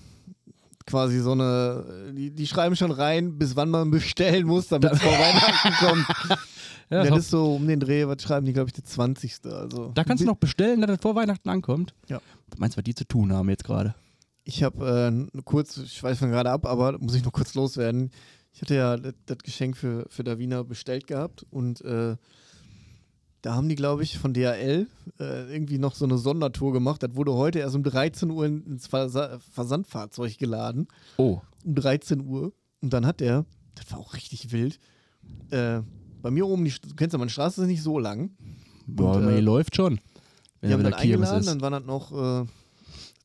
[SPEAKER 2] quasi so eine. Die, die schreiben schon rein, bis wann man bestellen muss, damit es vor Weihnachten kommt.
[SPEAKER 1] Ja,
[SPEAKER 2] Ja,
[SPEAKER 1] so-
[SPEAKER 2] das ist so um den Dreh, was schreiben die, glaube ich, der 20. Also,
[SPEAKER 1] Da kannst du noch bestellen, dass das vor Weihnachten ankommt.
[SPEAKER 2] Ja.
[SPEAKER 1] Meinst du, was die zu tun haben jetzt gerade?
[SPEAKER 2] Ich habe äh, kurz, ich weiß von gerade ab, aber muss ich noch kurz loswerden. Ich hatte ja das, das Geschenk für, für Davina bestellt gehabt und äh, da haben die, glaube ich, von DHL äh, irgendwie noch so eine Sondertour gemacht. Das wurde heute erst um 13 Uhr ins Versa Versandfahrzeug geladen.
[SPEAKER 1] Oh.
[SPEAKER 2] Um 13 Uhr. Und dann hat er, das war auch richtig wild, äh, bei mir oben, die, St- du kennst ja, meine Straße ist nicht so lang.
[SPEAKER 1] Boah,
[SPEAKER 2] Und,
[SPEAKER 1] man,
[SPEAKER 2] äh,
[SPEAKER 1] die läuft schon. Wenn
[SPEAKER 2] Wir
[SPEAKER 1] er
[SPEAKER 2] haben
[SPEAKER 1] wieder
[SPEAKER 2] dann
[SPEAKER 1] Kirmes
[SPEAKER 2] eingeladen,
[SPEAKER 1] ist.
[SPEAKER 2] dann waren das noch äh,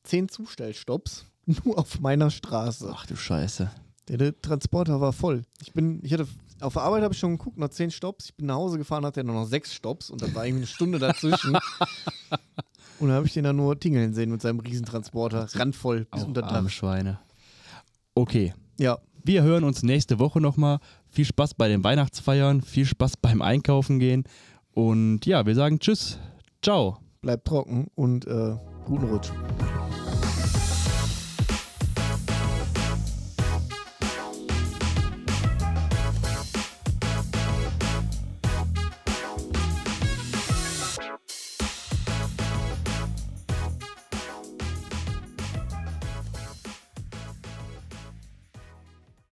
[SPEAKER 2] zehn Zustellstopps, nur auf meiner Straße.
[SPEAKER 1] Ach du Scheiße.
[SPEAKER 2] Der, der Transporter war voll. Ich bin, ich hatte, auf der Arbeit habe ich schon geguckt, noch zehn Stops. Ich bin nach Hause gefahren, hatte er nur noch sechs Stops und dann war irgendwie eine Stunde dazwischen. und dann habe ich den dann nur tingeln sehen mit seinem Riesentransporter, randvoll bis
[SPEAKER 1] Auch
[SPEAKER 2] unter
[SPEAKER 1] arme
[SPEAKER 2] Dach.
[SPEAKER 1] Schweine. Okay,
[SPEAKER 2] Ja,
[SPEAKER 1] wir hören uns nächste Woche nochmal. Viel Spaß bei den Weihnachtsfeiern, viel Spaß beim Einkaufen gehen. Und ja, wir sagen Tschüss. Ciao.
[SPEAKER 2] bleibt trocken und äh, guten Rutsch.